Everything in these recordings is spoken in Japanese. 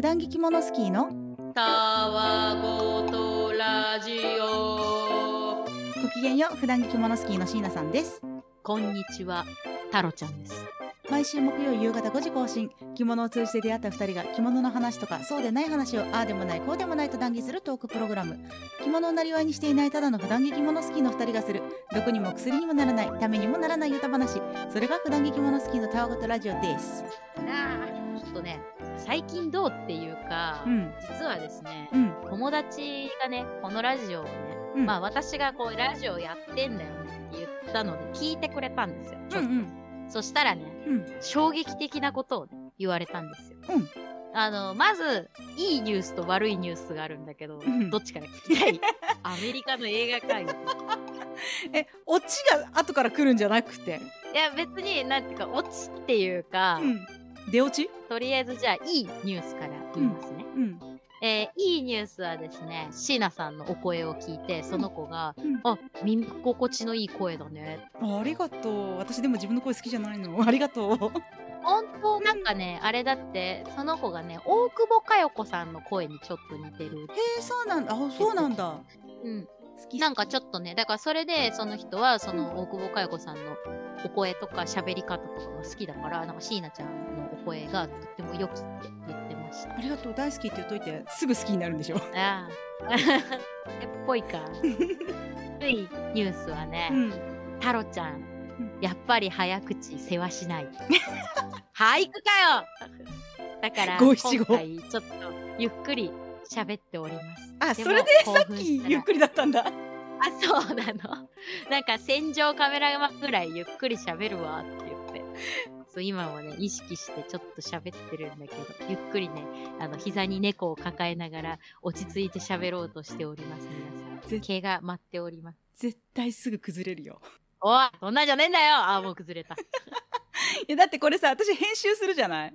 断食モノスキーのたわごとラジごオきげんよう普段着モノスキーの椎名さんですこんにちは太郎ちゃんです毎週木曜夕方5時更新着物を通じて出会った2人が着物の話とかそうでない話をああでもないこうでもないと談義するトークプログラム着物をなりわいにしていないただの普段着着物好きの2人がする毒にも薬にもならないためにもならない歌話それが普段着着物好きのタワごとラジオですなあちょっとね最近どうっていうか、うん実はですねうん友達がねこのラジオをね、うんまあ私がこうラジオやってんだよねって言ったので聞いてくれたんですよ、ちうょっんとそしたらねうん衝撃的なことを、ね、言われたんですよ、うんあのまずいいニュースと悪いニュースがあるんだけど、んどっちから聞きたいアメリカの映画界えオチが後から来るんじゃなくていや別になんていうかオチっていうか、うん出落ちとりあえずじゃあいいニュースから言いますね、うんえーいいニュースはですね椎名さんのお声を聞いてその子が「うんあ耳心地のいい声だねありがとう私でも自分の声好きじゃないのあ りがとう」本当なんかね、あれだってその子がね大久保佳代子さんの声にちょっと似てる、えー、そうなんだあそうなんだうん、好きなんかちょっとねだからそれでその人はその大久保佳代子さんのお声とか喋り方とかが好きだからなんか椎名ちゃんのお声がとっても良きって言ってましたありがとう大好きって言っといてすぐ好きになるんでしょ、ああ。 えっぽいか。悪いニュースはね、ん、タロちゃん、やっぱり早口世話しない。 俳句かよだから、五七五今回ちょっとゆっくり喋っております。あもそれで興さっ奮きした らゆっくりだったんだあ、そうなの。なんか戦場カメラマンぐらいゆっくり喋るわって言って。そう今もね、意識してちょっと喋ってるんだけど、ゆっくりね、あの、膝に猫を抱えながら落ち着いて喋ろうとしております、皆さん。ぜ毛が舞っております。絶対すぐ崩れる よおいそんなんじゃねえんだよあ、もう崩れた。いやだってこれさ私編集するじゃないう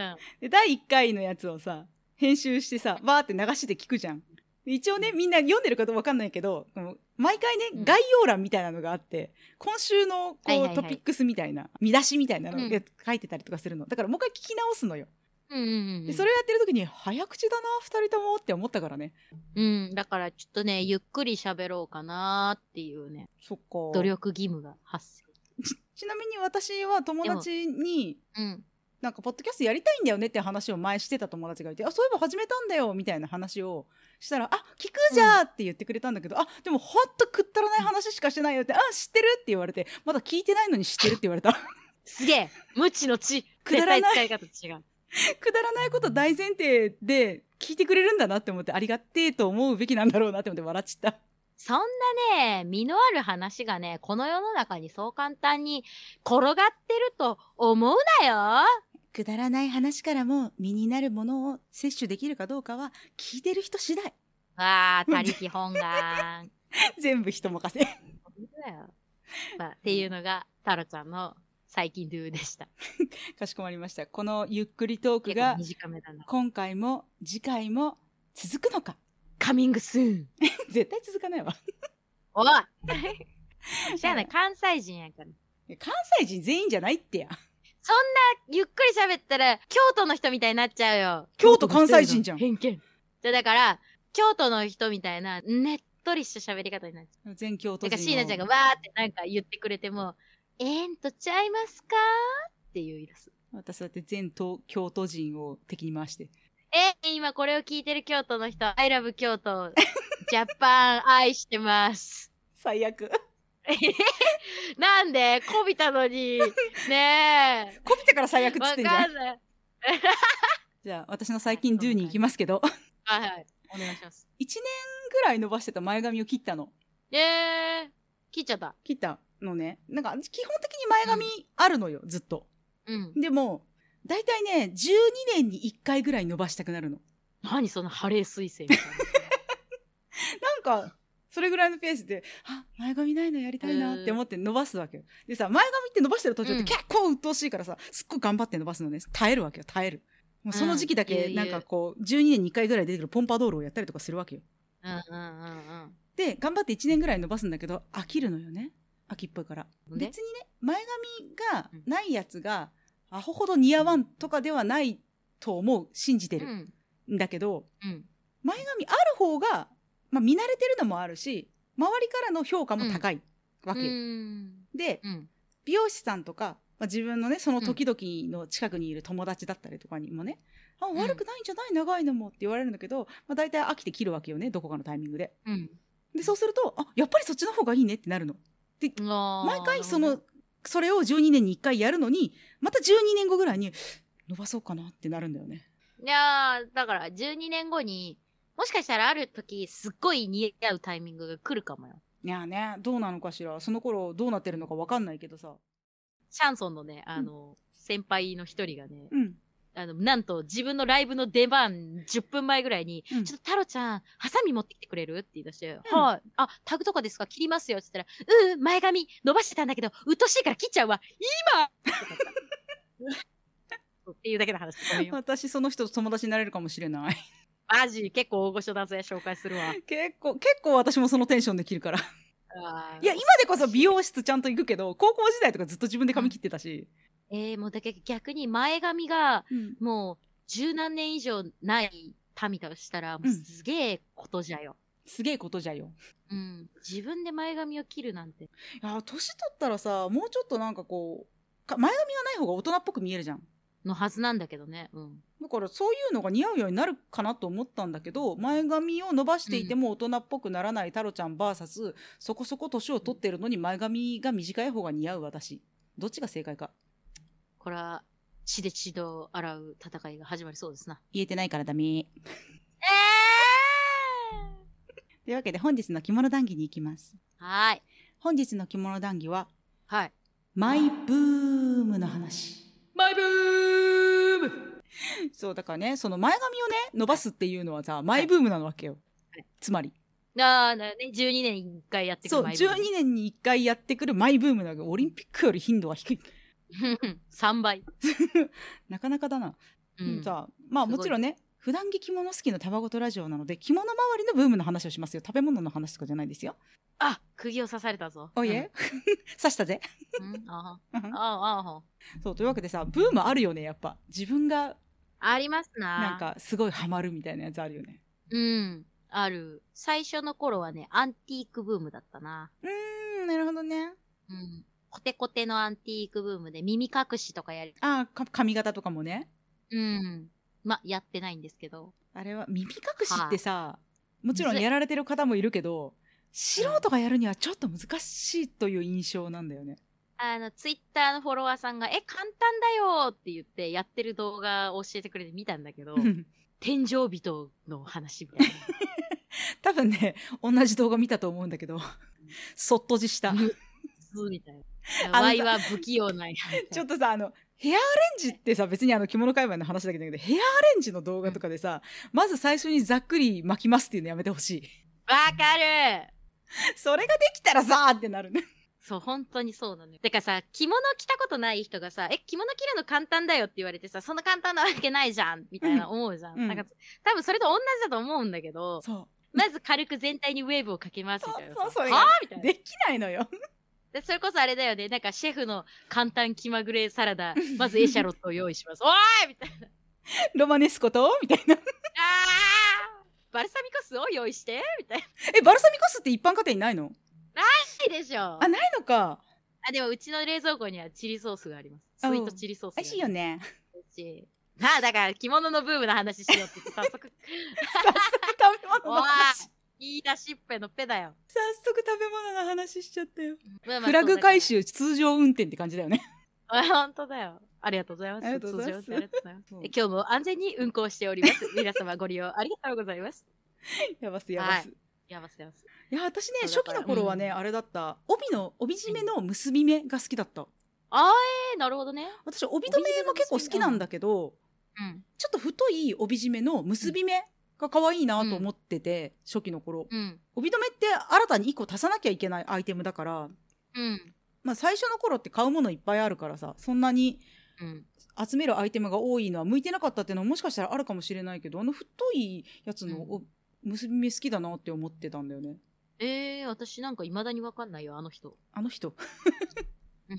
ん。で第1回のやつをさ編集してさバーって流して聞くじゃんで一応ねみんな読んでるかどうかわかんないけどこの毎回ね、うん概要欄みたいなのがあって今週のこう、はいはいはいトピックスみたいな見出しみたいなのうんが書いてたりとかするの、だからもう一回聞き直すのようんうん、うでん。それをやってる時に早口だな2人ともって思ったからねうん。だからちょっとね、ゆっくり喋ろうかなーっていうね、そっか努力義務が発ちなみに私は友達に生。うん。なんかポッドキャストやりたいんだよねって話を前してた友達がいてあそういえば始めたんだよみたいな話をしたら「あ聞くじゃー」って言ってくれたんだけど「あでもほんとくったらない話しかしてないよ」って「あ知ってる?」って言われてまだ聞いてないのに知ってるって言われた すげえ無知の知くだら絶対な使い方違う。くだらないこと大前提で聞いてくれるんだなって思ってありがてえと思うべきなんだろうなって思って笑っちゃったそんなね、身のある話がね、この世の中にそう簡単に転がってると思うなよくだらない話からも身になるものを摂取できるかどうかは聞いてる人次第わあ、他力本願。 全部人任せ本当だよまあ、っていうのが、タロちゃんの最近ドゥでした。かしこまりましたこのゆっくりトーク結構が短めだな。今回も次回も続くのかカミングスーン 絶対続かないわおい しゃあない、関西人やから。関西人全員じゃないってやそんな、ゆっくり喋ったら、京都の人みたいになっちゃうよ。京都関西人じゃん偏見。じゃ、だから、京都の人みたいな、ねっとりした喋り方になっちゃ全京う。だ都か人ら、椎名ちゃんがわーってなんか言ってくれても、えーんとちゃいますかって言い出す。私だって全東京都人を敵に回してえー、今これを聞いてる京都の人、I love 京都、ジャパン愛してます。最悪なんで、こびたのに、ね え。こびたから最悪っつわってんじゃかんんない。じゃあ私の最近ドゥに行きますけどはいはい。お願いします。 1年ぐらい伸ばしてた前髪を切ったのえー、切っちゃった。切ったのねなんか基本的に前髪あるのよ、ずっとうん。でも大体ね12年に1回ぐらい伸ばしたくなるの何そのハレー彗星みたいなんか、それぐらいのペースで、あ、前髪ないのやりたいなって思って伸ばすわけよ。でさ、前髪って伸ばしてる途中ってうん結構鬱陶しいからさ、すっごい頑張って伸ばすのね。耐えるわけよ、耐える。もうその時期だうんけ、言うなんかこう、12年に1回ぐらい出てくるポンパドールをやったりとかするわけよ。な。うんうんうんうん。で、頑張って1年ぐらい伸ばすんだけど、飽きるのよね。秋っぽいから。で別にね、前髪がうんないやつが、アホほど似合わんとかではないと思う、信じてる。 うんんだけどうん。前髪ある方が、まあ、見慣れてるのもあるし周りからの評価も高いわうけ、ん。でうん。美容師さんとか、まあ、自分のねその時々の近くにいる友達だったりとかにもね「んあ悪くないんじゃない長いのも」って言われるんだけど、まあ、大体飽きて切るわけよねどこかのタイミングで。うん。でそうすると「あやっぱりそっちの方がいいね」ってなるの。毎毎回そのそれを12年に1回やるのにまた12年後ぐらいに伸ばそうかなってなるんだよね。いやー、だから12年後に、もしかしたらある時、すっごい似合うタイミングが来るかもよ。いやーねどうなのかしらその頃どうなってるのか分かんないけどさ。シャンソンのね、あの、先輩の一人がね、うん、あの、なんと自分のライブの出番10分前ぐらいに、うんちょっと太郎ちゃん、ハサミ持ってきてくれるって言い出して、うんはい。あ、タグとかですか切りますよって言ったら、うんうん、前髪伸ばしてたんだけど、うっとうしいから切っちゃうわ。今 っていうだけの話。ごめ んよ私その人と友達になれるかもしれ ないマジ、結構大御所だぜ、紹介するわ。結構結構私もそのテンションで切るからあ ーいや今でこそ美容室ちゃんと行くけど高校時代とかずっと自分で髪切ってたし、えー、もうだけど逆に前髪がうんもう十何年以上ない民だとしたら、もううんすげえことじゃよ。すげえことじゃようん。自分で前髪を切るなんて。いやー年取ったらさもうちょっとなんかこうか前髪がない方が大人っぽく見えるじゃんのはずなんだけどね。うん。だからそういうのが似合うようになるかなと思ったんだけど前髪を伸ばしていても大人っぽくならない太郎ちゃん VS そこそこ年を取ってるのに前髪が短い方が似合う私どっちが正解かこれは、血で血を洗う戦いが始まりそうですな。言えてないからダメえというわけで本日の着物談義に行きますー、はーい。本日の着物談義ははい。マイブームの話マイブームそうだからねその前髪をね伸ばすっていうのはさマイブームなわけよ、はいつまりああ、だよね。12年一回やってくそうるマイブーム。 12年に1回やってくるマイブームなわけオリンピックより頻度は低い 年。3倍。なかなかだなうん。さあまあすごいもちろんね普段着着物好きのタバゴとラジオなので着物周りのブームの話をしますよ食べ物の話とかじゃないですよあ、釘を刺されたぞ。おいえ、 刺したぜ うん。うん。ああ、ああ、ああ。そうというわけでさブームあるよねやっぱ自分がありますな。なんかすごいハマるみたいなやつあるよねうん。ある。最初の頃はね、アンティークブームだったな。うーんなるほどねうん。コテコテのアンティークブームで耳隠しとかやる。ああか髪型とかもねうん。ま、やってないんですけど。あれは耳隠しってさもちろんやられてる方もいるけど素人がやるにはちょっと難しいという印象なんだよねあの、ツイッターのフォロワーさんが、え、簡単だよって言って、やってる動画を教えてくれて見たんだけど、 天井人の話みたいな。多分ね同じ動画見たと思うんだけどそっとじした普通みたいのな。さワイは不器用ない。ちょっとさあのヘアアレンジってさ別にあの着物界隈の話だけじゃなくてヘアアレンジの動画とかでさまず最初にざっくり巻きますっていうのやめてほしいわかるそれができたらさーってなるねそう、本当にそうなのよ。だからさ、着物着たことない人がさ、え、着物着るの簡単だよって言われてさ、そんな簡単なわけないじゃんみたいな思うじゃん。うんなんか、多分それと同じだと思うんだけど、そまず軽く全体にウェーブをかけますみたいなさ。そうそうそれがはぁみたいうなで。きないのよで、それこそあれだよね。なんかシェフの簡単気まぐれサラダ、まずエシャロットを用意 します。おーいみたいな。ロマネスコとみたいなあーバルサミコ酢を用意してみたいな。えバルサミコ酢って一般家庭にないのないでしょあないのかあ、でもうちの冷蔵庫にはチリソースがあります。スあイートチリソースが美あり味ましすいよねし。なあ、だから着物のブームの話しようって言って、早速、早速食べ物の話言い出しっぺのペだよ。早速食べ物の話しちゃったよまあまあフラグ回。そう収通常運転って感じだよねだからあ本当だよ。ありがとうございます。ありがとうございます通常運転ありがとうございますそうえ今日も安全に運行しており ます。皆様ご利用ありがとうございます。やばすやばす、はいいやばすやばす。や私ねそ初うだ期からの頃はね、うんあれだった帯の帯締めの結び目が好きだったあーえー、なるほどね。私帯留めも結構好きなんだけどうん。ちょっと太い帯締めの結び目が可愛いなと思ってて、初期の頃うん。帯留めって新たに1個足さなきゃいけないアイテムだから、うん。まあ、最初の頃って買うものいっぱいあるからさそんなにうん。集めるアイテムが多いのは向いてなかったっていうのはもしかしたらあるかもしれないけどあの太いやつのうんお結び目好きだなって思ってたんだよねえー、私なんか未だにわかんないよ、あの 人。あの人 ういん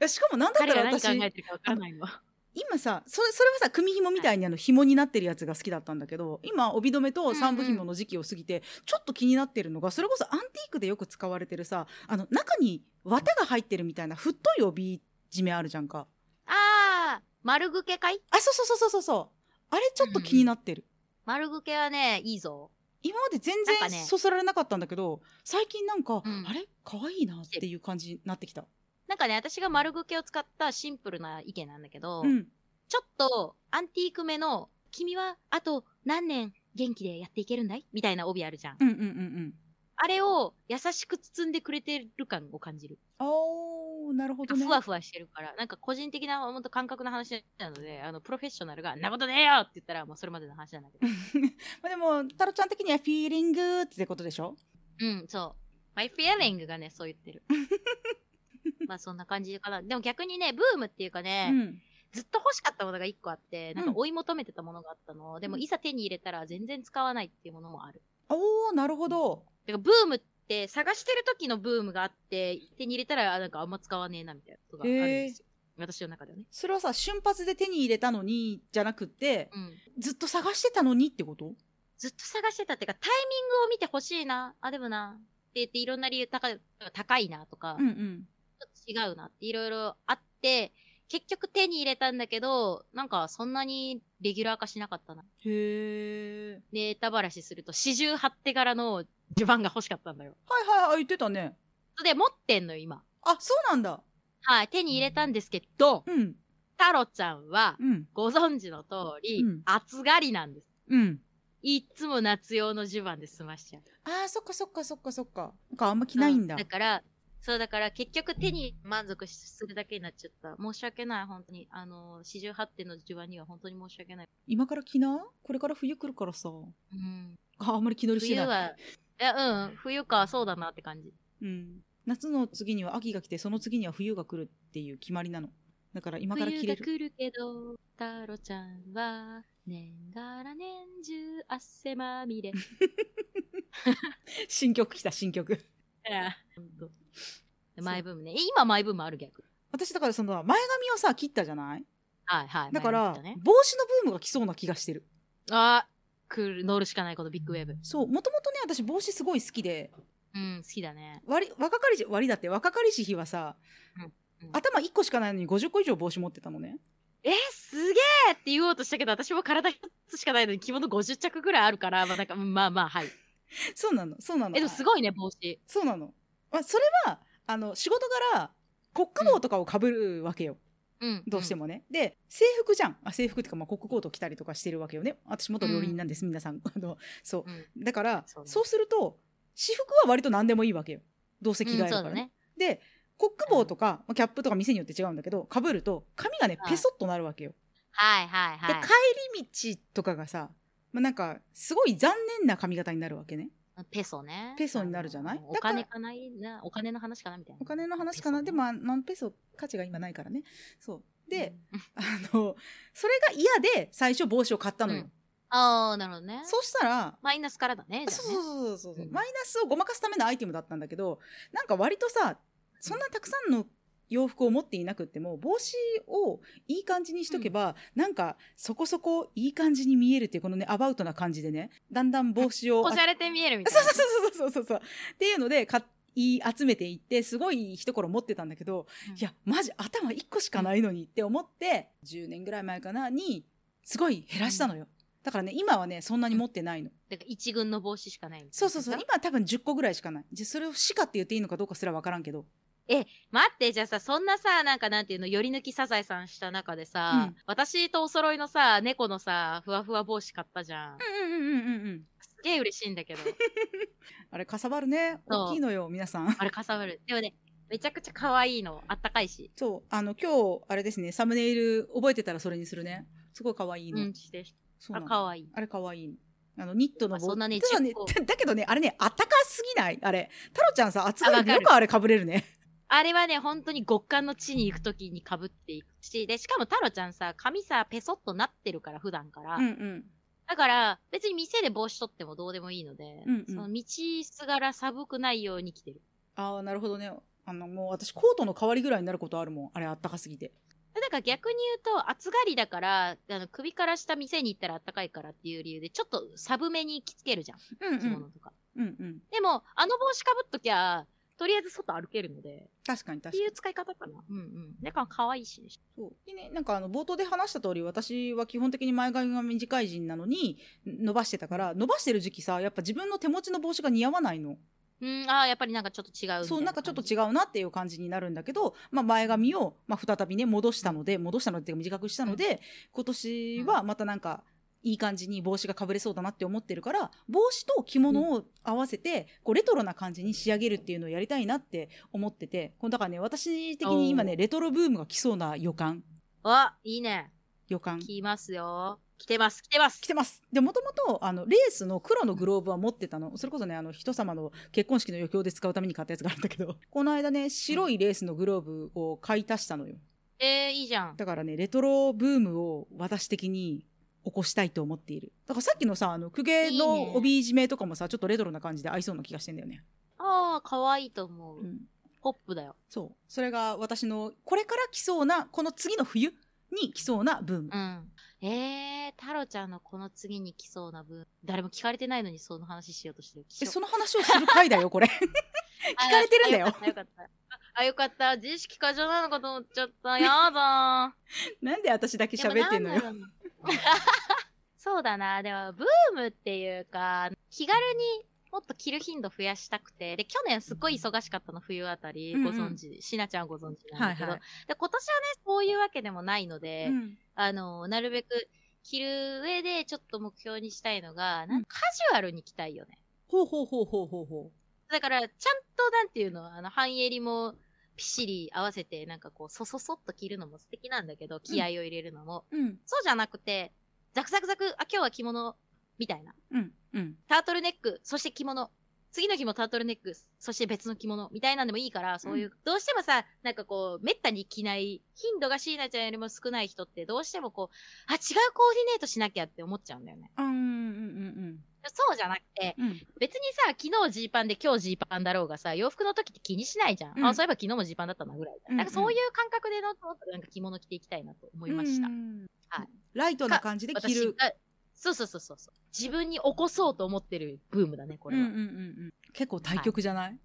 やしかもなんだった彼らが何私考えてるかわかんないわ。今さそれそれはさ組紐みたいにあの紐になってるやつが好きだったんだけど今帯留めと三部紐の時期を過ぎて、ちょっと気になってるのがそれこそアンティークでよく使われてるさあの中に綿が入ってるみたいな太い帯締めあるじゃんかあー、丸ぐけかいあそうそうそうそうそうそうあれちょっと気になってる、丸ぐけはね、いいぞ。今まで全なんか然ねそそられなかったんだけど、最近なんか、うんあれ可愛いなっていう感じになってきたなんかね、私が丸ぐけを使ったシンプルな意見なんだけど、うんちょっとアンティークめの、君はあと何年元気でやっていけるんだいみたいな帯あるじゃん。うんうんうんうんあれを優しく包んでくれてる感を感じる。あーなるほどねふわふわしてるから、なんか個人的な、本当感覚の話なので、あの、プロフェッショナルが、んなことねえよって言ったら、もうそれまでの話なんだけど。まあでも太郎ちゃん的にはフィーリングってことでしょうん、そう。マイフィアリングがね、そう 言ってる。まあそんな感じかな。でも逆にね、ブームっていうかね、うんずっと欲しかったものが一個あって、なんかうん追い求めてたものがあったの。でもいざ手に入れたら全然使わないっていうものもある。おーなるほどてかブームって探してる時のブームがあって、手に入れたらあなんかあんま使わねえなみたいなことがあるんですよ。私の中ではね。それはさ瞬発で手に入れたのにじゃなくってうん。ずっと探してたのにってことずっと探してたっていうか、タイミングを見てほしいな。あ、でもな。って言っていろんな理由高い高いなとか、うんうんちょっと違うなっていろいろあって、結局手に入れたんだけど、なんかそんなにレギュラー化しなかったな。へえネタバラシすると四十張ってからの序盤が欲しかったんだよ。はいはいはい言ってたねそれで持ってんのよ、今。あそうなんだはい、手に入れたんですけど、うんタロちゃんはうんご存知の通り、うん暑がりなんです。うんいっつも夏用の序盤で済ましちゃう。あーそっかそっかそっかそっかなんかあんま着ないんだ、うだから、そうだから結局手に満足するだけになっちゃった。申し訳ない、本当に。あの、四十八点の序盤には本当に申し訳ない。今から着なこれから冬来るからさうん。ああんまり気乗りして冬ないは、いや、うん、冬か、そうだなって感じ。うん、夏の次には秋が来てその次には冬が来るっていう決まりなのだから今から着冬れがる来るけど、太郎ちゃんは、年がら年中汗まみれ。新曲来た新曲ほんとマイブームね。え今マイブームある逆。私だからその前髪をさ切ったじゃないはいはい。だから、前に言ったね帽子のブームが来そうな気がしてるあ来る、乗るしかないこのビッグウェーブ。そうもともとね私帽子すごい好きでうん、好きだね。割り若かりし割りだって若かりし日はさ、うんうん頭1個しかないのに50個以上帽子持ってたのねえ、すげえって言おうとしたけど、私も体一つしかないのに着物50着ぐらいあるから、まあなんか、うんまあまあ、はい。そうなのそうなのえ、でもすごいね、帽子。そうなの、まあ、それはあの仕事柄国家帽とかをかぶるわけよ、うん。どうしても。もね。で、制服じゃん。あ制服っていうか、まあ、コックコート着たりとかしてるわけよね。私元料理人なんです、皆さん。あ の、そううん。う。だから、そそうう,、ねすると、私服は割と何でもいいわけよ。どうせ着替えるうんかそうらだね。ね。で、コック帽とか、まあキャップとか店によって違うんだけど、被ると、髪がねは、いペソッとなるわけよ。はいはいで、はい。帰り道とかがさ、まあ、なんか、すごい残念な髪型になるわけね。ペソね。ペソになるじゃないあのおだから金かないな、お金の話かなみたいな。お金の話かな。で、あ、まあ、何ペソ価値が今ないからね。そう。で、うん、あの、それが嫌で、最初帽子を買ったのよ。うんああ、なるほどね。そうしたら、マイナスからだね。じゃそあねうそうそうそう、うんマイナスをごまかすためのアイテムだったんだけどなんか割とさそんなたくさんの洋服を持っていなくっても帽子をいい感じにしとけば、なんかそこそこいい感じに見えるっていうこのねアバウトな感じでねだんだん帽子をおしゃれて見えるみたいそな。うそうそうそうそうそうそうっていうので買い集めていってすごい一頃持ってたんだけど、うんいやマジ頭1個しかないのにって思って10年ぐらい前かなにすごい減らしたのよ、だからね今はねそんなに持ってないの。だから一軍の帽子しかないみたいなそうそうそう。今多分10個ぐらいしかない。じゃあそれをしかって言っていいのかどうかすらわからんけど。待って、じゃあさ、そんなさ、なんかなんていうの、寄り抜きサザエさんした中でさ、うん私とお揃いのさ、猫のさ、ふわふわ帽子買ったじゃん。うんうんうんうんうん。すげえ嬉しいんだ けど。あれかさばるね。そう大きいのよ、皆さん。あれ、かさばる。でもね、めちゃくちゃ可愛いの。あったかいし。そう。あの、今日、あれですね、サムネイル覚えてたらそれにするね。すごい可愛いの。うん、して。そうなあれ、の可愛い。あれ可愛いの。あの、ニットのまあそんなねただね10個、だけどね、あれね、あったかすぎないあれ。太郎ちゃんさ、暑があわりでかるよくあれ被れるね。あれはね、本当に極寒の地に行くときに被っていくし、で、しかも太郎ちゃんさ、髪さ、ペソッとなってるから、普段から。ん。だから、別に店で帽子取ってもどうでもいいので、うんうんその道すがら寒くないように着てる。ああ、なるほどね。あの、もう私、コートの代わりぐらいになることあるもん。あれ、あったかすぎて。でだなんか逆に言うと、暑がりだから、あの首から下店に行ったら暖かいからっていう理由で、ちょっと寒めに着付けるじゃん。うんう着物んとか。うんうんでも、あの帽子かぶっときゃ、とりあえず外歩けるので、確かにって確かいにう使い方かな。うんうん。だから可愛いしね。そうでねなんかあの冒頭で話した通り私は基本的に前髪が短い人なのに伸ばしてたから伸ばしてる時期さやっぱ自分の手持ちの帽子が似合わないのうん、ああ、やっぱりなんかちょっと違うみたいそうなんかちょっと違う。うなっていう感じになるんだけど、まあ、前髪を、まあ、再びね戻したので戻したのでっていうか短くしたので、今年はまたなんかいい感じに帽子がかぶれそうだなって思ってるから帽子と着物を合わせてこうレトロな感じに仕上げるっていうのをやりたいなって思っててこうだからね私的に今ねレトロブームが来そうな予感あ、いいね。予感着ますよ。着てます、着てます。来てますでもともとあのレースの黒のグローブは持ってたのそれこそねあの人様の結婚式の余興で使うために買ったやつがあるんだけど この間ね白いレースのグローブを買い足したのよえー、いいじゃん。だからねレトロブームを私的に起こしたいと思っているだからさっきのさあの公家いいねの帯締めとかもさちょっとレトロな感じで合いそうな気がしてんだよね、ああ、可愛いと思うう。ん、ポップだよ。そうそれが私のこれから来そうなこの次の冬に来そうなブーム、うん。えー、太郎ちゃんのこの次に来そうな分、誰も聞かれてないのにその話しようとしてる。えその話をする回だよこ れ聞かれてるんだよああよかった。よかったあ、よかった。自意識過剰なのかと思っちゃった。やだなんで私だけ ー。喋ってんのよでもなんだろう なそうだな。でも、ブームっていうか、気軽にもっと着る頻度増やしたくて、で、去年すっごい忙しかったの、冬あたり、うんごうん存知、しなちゃんご存知なんだけど、はいはいで、今年はね、そういうわけでもないので、うんあの、なるべく着る上でちょっと目標にしたいのが、なんカジュアルに着たいよね。ほうほうほうほうほうほだから、ちゃんとなんていうの、あの、半襟もピシリ合わせて、なんかこう、そそそっと着るのも素敵なんだけど、気合を入れるのも。う。うん。そうじゃなくて、ザクザクザク、あ、今日は着物、みたいな。うん。うん。タートルネック、そして着物。次の日もタートルネック、そして別の着物、みたいなんでもいいから、そういう、どうしてもさ、なんかこう、めったに着ない、頻度が椎名ちゃんよりも少ない人って、どうしてもこう、あ、違うコーディネートしなきゃって思っちゃうんだよね。うん。うん。そうじゃなくて、うん。うん。別にさ、昨日ジーパンで今日ジーパンだろうがさ、洋服の時って気にしないじゃん。うんあ、そういえば昨日もジーパンだったなぐらいじゃうんん。うんなんかそういう感覚での、もっとなんか着物着ていきたいなと思いました。はい。ライトな感じで着私る。が、そうそうそうそうそう。自分に起こそうと思ってるブームだね、こうんうれんは。ううんんうん。結構対局じゃない、、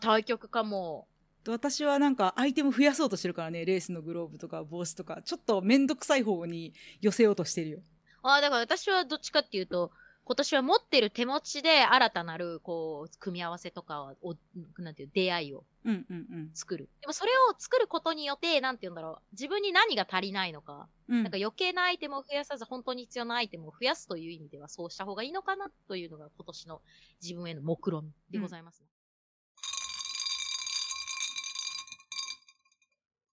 対局かも。私はなんかアイテム増やそうとしてるからね、レースのグローブとか帽子とか、ちょっとめんどくさい方に寄せようとしてるよ。あだから私はどっちかっていうと、今年は持ってる手持ちで新たなる、こう、組み合わせとかを、なんていう、出会いをうんうんうん。作る。でもそれを作ることによって、なんていうんだろう、自分に何が足りないのか、うん、なんか余計なアイテムを増やさず、本当に必要なアイテムを増やすという意味では、そうした方がいいのかなというのが今年の自分への目論見でございますね、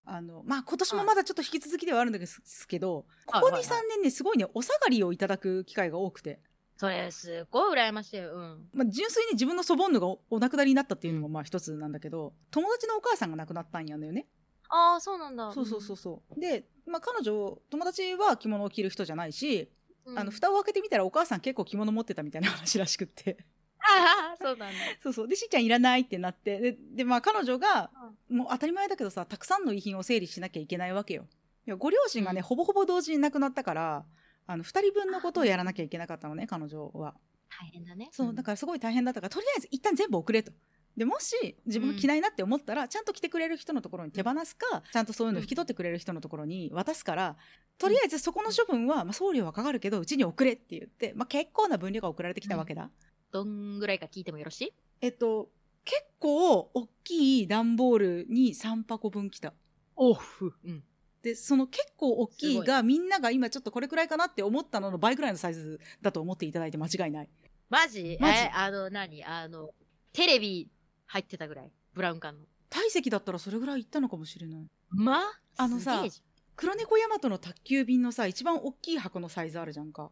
あの、まあ、今年もまだちょっと引き続きではあるんですけど、はこいこ2、はいはい3年ね、すごいね、お下がりをいただく機会が多くて、それ、すごい羨ましい。うん。まあ、純粋に自分の祖母ンヌがおお亡くなりになったっていうのもまあ一つなんだけど、友達のお母さんが亡くなったんやんだよね。ああ、そうなんだ。そうそうそうそう。で、まあ、彼女、友達は着物を着る人じゃないし、うん。あの、蓋を開けてみたらお母さん結構着物持ってたみたいな話らしくって。 ああ、そうなんだ。 そうそう。で、しーちゃんいらないってなって。で、でまあ、彼女が、もう当たり前だけどさ、たくさんの遺品を整理しなきゃいけないわけよ。いや、ご両親がね、うんほぼほぼ同時に亡くなったから、あの、二人分のことをやらなきゃいけなかったのね、彼女は。大変だね。そう、だからすごい大変だったから、とりあえず一旦全部送れと。で、もし自分が着ないなって思ったら、ちゃんと着てくれる人のところに手放すか、ちゃんとそういうのを引き取ってくれる人のところに渡すから、とりあえずそこの処分は、まあ、送料はかかるけど、うちに送れって言って、まあ、結構な分量が送られてきたわけだ。どんぐらいか聞いてもよろしいえっと、結構大きい段ボールに3箱分来た。オフ。うん。で、その結構大きいすが、みんなが今ちょっとこれくらいかなって思ったのの倍くらいのサイズだと思っていただいて間違いない。マジマジえ、あの、何あの、テレビ入ってたぐらい。ブラウン管の。体積だったらそれぐらいいったのかもしれない。まあのさすげえじ黒猫ヤマトの宅急便のさ一番大きい箱のサイズあるじゃんか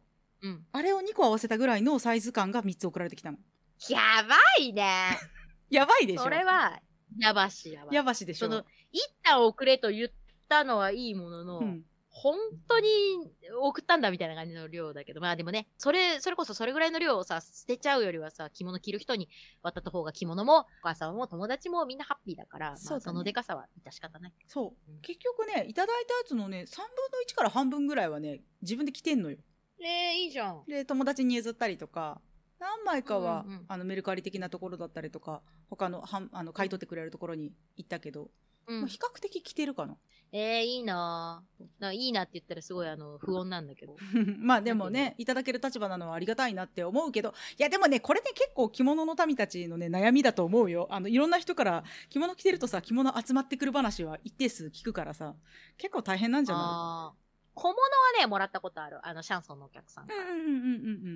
ゃんうん。あれを2個合わせたぐらいのサイズ感が3つ送られてきたのやばいね。やばいでしょそれは、やばしやばし。やばしでしょその、一旦遅れと言ったのはいいものの、うん、本当に送ったんだみたいな感じの量だけど、まあでもね、それ、それこそそれぐらいの量をさ、捨てちゃうよりはさ、着物着る人に渡った方が着物も、お母さんも友達もみんなハッピーだから、そうだまねあ、そのでかさは致し方ない。そう結局ねいただいたやつのね3分の1から半分ぐらいはね自分で着てんのよええいいじゃん。で友達に譲ったりとか何枚かは、うんうんあのメルカリ的なところだったりとか他のはんあの買い取ってくれるところに行ったけど、うまあん比。較的着てるかなええいいなぁ。なんかいいなって言ったらすごいあの、不穏なんだけど。 まあでもねいただける立場なのはありがたいなって思うけどいやでもねこれね結構着物の民たちのね悩みだと思うよあのいろんな人から着物着てるとさ着物集まってくる話は一定数聞くからさ結構大変なんじゃなああ。小物はね、もらったことある。あの、シャンソンのお客さんいかうら。んうんうんうんう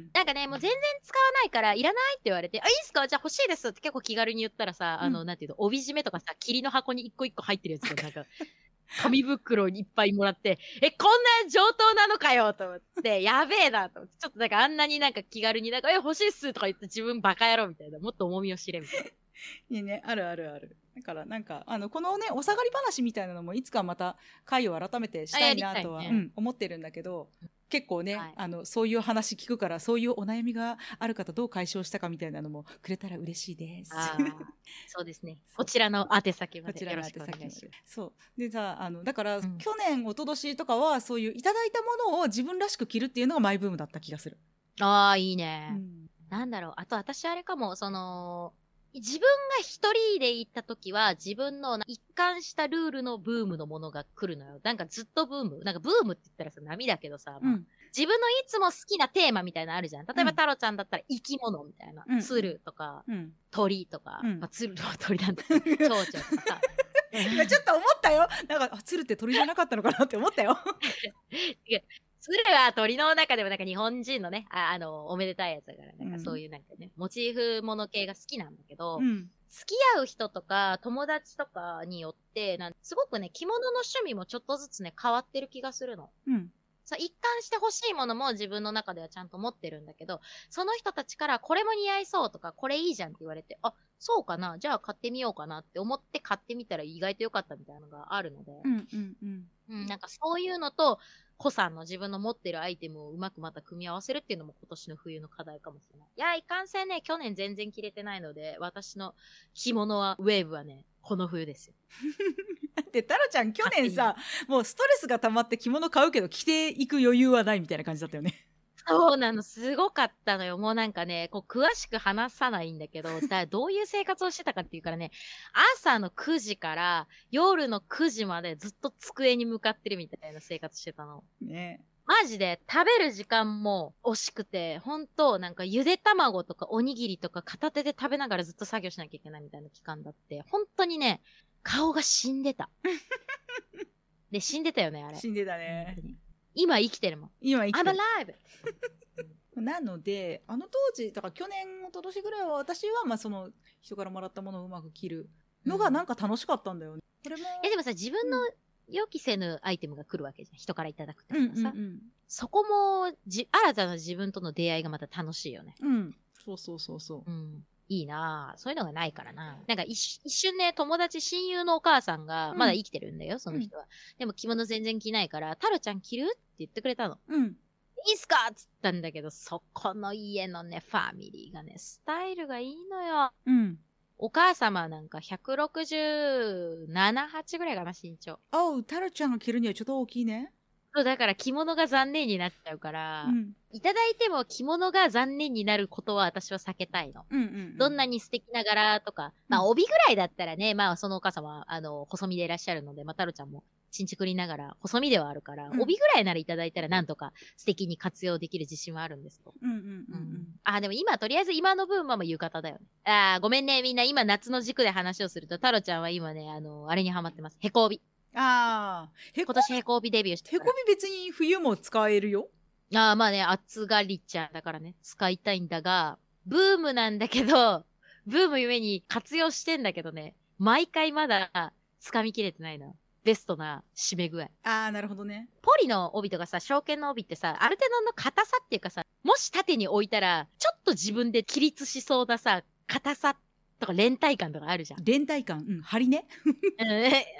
んなんかね、もう全然使わないから、いらないって言われて、あ、いいっすかじゃあ欲しいですって結構気軽に言ったらさ、うんあの、なんていうの、帯締めとかさ、霧の箱に一個一個入ってるやつ となんか、紙袋にいっぱいもらって、え、こんな上等なのかよと思って、 やべえなと思って、ちょっとなんかあんなになんか気軽になんか、え、欲しいっすとか言って自分バカ野郎みたいな、もっと重みを知れみたいな。いいね、あるあるある。だからなんか、あの、このね、お下がり話みたいなのもいつかまた会を改めてしたいなとは、あやりたいねうん、思ってるんだけど、結構ね、はいあの、そういう話聞くから、そういうお悩みがある方どう解消したかみたいなのもくれたら嬉しいです。あーそうですね。こちらの宛先まこでちよらのろ宛しくお先願まいしでそう。でさ、あの、だから、うん去年、一昨年とかは、そういういただいたものを自分らしく着るっていうのがマイブームだった気がする。ます。ああ、いいね。うんなんだろう、あと私あれかも、その、自分が一人で行った時は、自分の一貫したルールのブームのものが来るのよ。なんかずっとブーム。なんかブームって言ったらさ、波だけどさ、うまあん。自分のいつも好きなテーマみたいなのあるじゃん。例えうんば太郎ちゃんだったら生き物みたいな。うん鶴とか、うん。鳥とか、うんまあ、鶴は鳥なんだけど、蝶々とか さ。今ちょっと思ったよ。なんか、あ鶴って鳥じゃなかったのかなって思 ったよ。鶴は鳥の中でもなんか日本人のね、ああの、おめでたいやつだから、なんかそういうなんかね、モチーフもの系が好きなんだけど、うん。付き合う人とか友達とかによってなんすごくね着物の趣味もちょっとずつね変わってる気がするの。うん。そう一貫して欲しいものも自分の中ではちゃんと持ってるんだけどその人たちからこれも似合いそうとかこれいいじゃんって言われてあそうかなじゃあ買ってみようかなって思って買ってみたら意外と良かったみたいなのがあるので、うん。うん。うん。うん、なんかそういうのと子さんの自分の持ってるアイテムをうまくまた組み合わせるっていうのも今年の冬の課題かもしれない。いや、いかんせんね、去年全然着れてないので、私の着物は、ウェーブはね、この冬ですよ。で、タロちゃん去年さ、もうストレスが溜まって着物買うけど着ていく余裕はないみたいな感じだったよね。そうなの、すごかったのよ。もうなんかね、こう、詳しく話さないんだけど、 だどういう生活をしてたかっていうからね、朝の9時から夜の9時までずっと机に向かってるみたいな生活してたの。ねマジで食べる時間も惜しくて、ほんと、なんかゆで卵とかおにぎりとか片手で食べながらずっと作業しなきゃいけないみたいな期間だって、本当にね、顔が死ん でた。で、死んでたよね、あれ。死んでたね。今生きてるもん。今生き I'm てる alive! なので、あの当時、だから去年、一昨年ぐらいは私は、まあその人からもらったものをうまく着るのがなんか、か楽しかったんだよね。これも。え、でもさ、自分の予期せぬアイテムが来るわけじゃん。人からいただくってうんことうんうさ。ん。そこもじ、新たな自分との出会いがまた楽しいよね。うん。そうそうそうそう。うん。いいなぁ。そういうのがないからななんか一一瞬ね、友達、親友のお母さんが、うんまだ生きてるんだよ、その人は。でも着物全然着ないから、タロちゃん着るって言ってくれたの。うん。いいっすかっつったんだけど、そこの家のね、ファミリーがね、スタイルがいいのよ。うん。お母様なんか167、8ぐらいかな、身長。おう、タロちゃんが着るにはちょっと大きいね。そう、だから着物が残念になっちゃうかうら、ん。いただいても着物が残念になることは私は避けたいの。うんうん。どんなに素敵な柄とか、まあ帯ぐらいだったらね、まあそのお母様は、あの、細身でいらっしゃるので、まあ太郎ちゃんも、ちんちくりながら、細身ではあるから、うん帯ぐらいならいただいたらなんとか素敵に活用できる自信はあるんですよ。うんうんうんあ、でも今、とりあえず今の分はまあ浴衣だよね。あーごめんね、みんな今夏の軸で話をすると、太郎ちゃんは今ね、あの、あれにハマってます。へこび。うん。ああ。へこ今、年へこびデビューしてへるかこみ別に冬も使えるよ。ら。あーまあね、暑がりちゃんだからね、使いたいんだが、ブームなんだけど、 ブームゆえに活用してんだけどね、毎回まだ掴みきれてないな。ベストな締め具合。ああ、なるほどね。ポリの帯とかさ、証券の帯ってさ、ある程度の硬さっていうかさ、もし縦に置いたら、ちょっと自分で起立しそうなさ、硬さとか連帯感とかあ るじゃん。連帯感、うん、張りね。うん、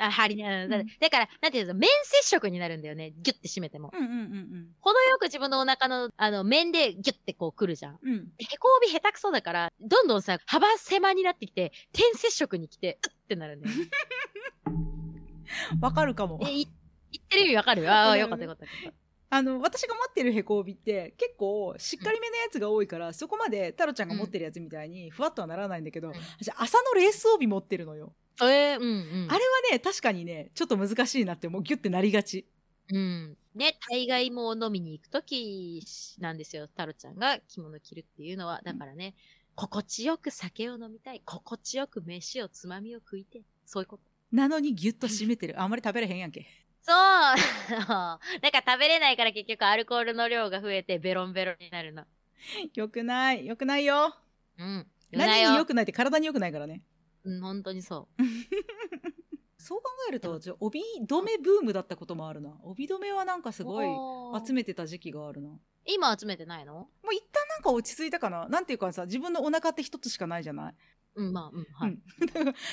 あ針ね、うんだうんだから、なんていうの、面接触になるんだよね。ギュッて締めても。うんうんうん程よく自分のお腹の、あの、面でギュッてこう来るじゃん。うん。うん。へこ帯下手くそだから、どんどんさ、幅狭になってきて、点接触に来て、うっってな るんだよね。わかるかも。え、い言ってる意味わかるああ、うんよかったよかったよかっあの、私が持ってるへこ帯って結構しっかりめのやつが多いから、そこまで太郎ちゃんが持ってるやつみたいにふわっとはならないんだけど、うん私朝のレース帯持ってるのよ。た。えー、うんうん。あれはね、確かにね、ちょっと難しいなってもうギュッてなりがち。うん。ね、大概もう飲みに行くときなんですよ。タロちゃんが着物着るっていうのは。だからね、心地よく酒を飲みたい。心地よく飯をつまみを食いて。そういうこと。なのにギュッと締めてる。あんまり食べれへんやんけ。 そう なんか食べれないから結局アルコールの量が増えてベロンベロンになるの。よくない。よくないよ。うん。何に良よ。くないって体に良くないからね。うん、本当にそう。そう考えると、じゃあ帯留めブームだったこともあるな。帯留めはなんかすごいおー集めてた時期があるな。も今集めてないのう一旦なんか落ち着いたかな。なんていうかさ、自分のお腹って一つしかないじゃないうん、まあ、うん、はい。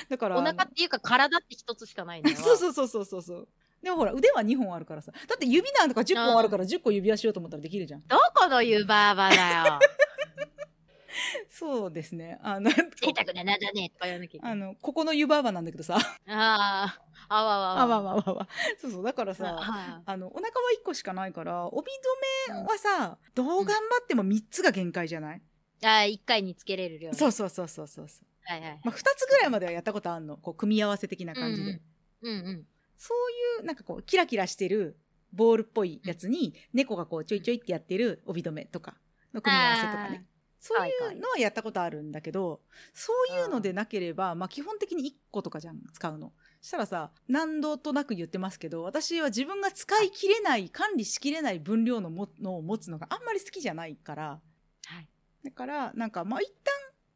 だから。お腹っていうか体って一つしかないんだ よ。そうそうそうそうそうそう。でもほら、腕は2本あるからさ。だって指なんとか10本あるから10個指輪しようと思ったらできるじゃん。どこの湯婆 婆だよ。そうですね。あの、こ贅沢な名じゃねえとか言わなきゃいけなあい。の、ここの湯婆婆なんだけどさ。ああ、あわあわああわ。わわわわ。そうそう。だからさ、ああの、お腹は1個しかないから、帯留めはさ、どう頑張っても3つが限界じゃない、あ、一回につけれる量ね。そうそうそうそうそうそう。はいはい。まあ、2つぐらいまではやったことあんの。こう、組み合わせ的な感じで。うんうん。そういう、なんかこう、キラキラしてるボールっぽいやつに、猫がこう、ちょいちょいってやってる帯留めとかの組み合わせとかね。そういかわいうのはやったことあるんだけど、そういうのでなければ、まあ基本的に1個とかじゃん、使うの。したらさ、何度となく言ってますけど、私は自分が使い切れない、管理しきれない分量のものを持つのがあんまり好きじゃないから、はい。だから、なんか、まあ一旦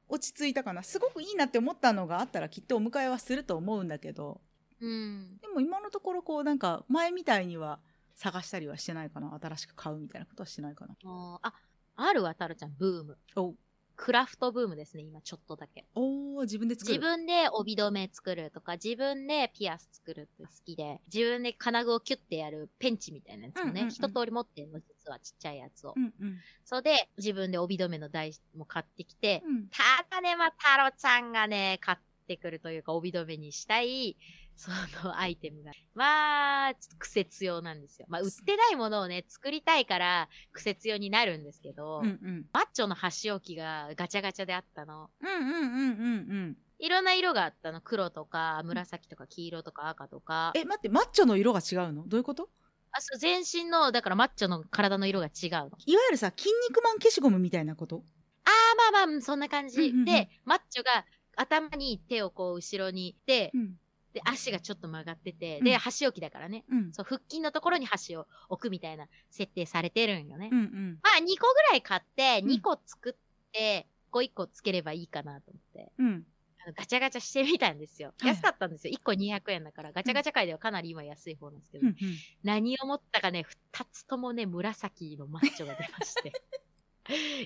落ち着いたかな。すごくいいなって思ったのがあったらきっとお迎えはすると思うんだけど、うん。でも今のところこうなんか前みたいには探したりはしてないかな。新しく買うみたいなことはしてないかな。もうあ、あるわ、タロちゃん、ブーム。おクラフトブームですね、今ちょっとだけ。おー自分で作る。自分で帯留め作るとか、自分でピアス作るって好きで、自分で金具をキュッてやるペンチみたいなやつもね、うんうんうん一通り持ってんの、実はちっちゃいやつを。うんうん。それで、自分で帯留めの台も買ってきて、うん。ただね、まあ、タロちゃんがね、買ってくるというか、帯留めにしたい、そのアイテムが。まあ、ちょっと癖強なんですよ。まあ、売ってないものをね、作りたいから、癖強になるんですけど、うんうん。マッチョの箸置きがガチャガチャであったの。うんうんうんうんうん。いろんな色があったの。黒とか、紫とか、黄色とか、赤とか。え、待って、マッチョの色が違うのどういうことあそう全身の、だからマッチョの体の色が違うの。いわゆるさ、筋肉マン消しゴムみたいなことああ、まあまあうん、そんな感うんうんうじ。んで、マッチョが頭に手をこう後ろにでうん。で、足がちょっと曲がってて、うで、ん箸置きだからね。うん。そう、腹筋のところに箸を置くみたいな設定されてるんよね。うんうん。まあ、2個ぐらい買って、うん2個作って、こう1個つければいいかなと思って、うん。あのガチャガチャしてみたんですよ。はい安かったんですよ。1個200円だから、ガチャガチャ界ではかなり今安い方なんですけうんど、うん。何を思ったかね、2つともね、紫のマッチョが出 まして。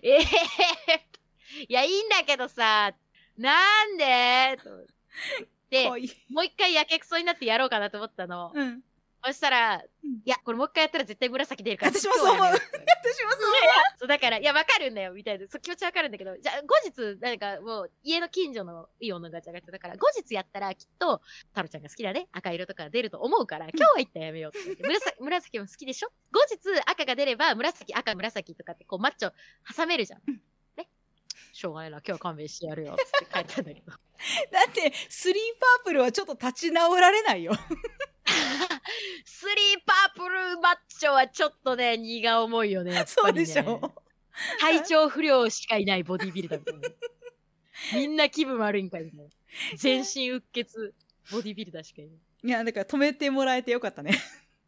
ええいや、いいんだけどさ、なんでと思ってでかわ、いい。もう一回やけくそになってやろうかなと思ったの。うん。そしたら、うんいや、これもう一回やったら絶対紫出るから。私もそう思う今日はやめよう私もそう。そう、だから、いや、わかるんだよ、みたいな。そう、気持ちわかるんだけど、じゃあ、後日、なんかもう、家の近所のイオンのガチャガチャだから、後日やったら、きっと、タロちゃんが好きだね、赤色とか出ると思うから、今日は一旦やめようって言って紫。紫も好きでしょ後日、赤が出れば、紫、赤、紫とかって、こう、マッチョ挟めるじゃんうん。ね。しょうがないな、今日は勘弁してやるよ、つって帰ったんだけど。だって、スリーパープルはちょっと立ち直られないよ。スリーパープルマッチョはちょっとね、荷が重いよね。やっそぱうりねでしょ。体調不良しかいないボディビルダーみたいな。みんな気分悪いんかいみたいな。全身うっ血、ボディビルダーしかいない。いや、だから止めてもらえてよかったね。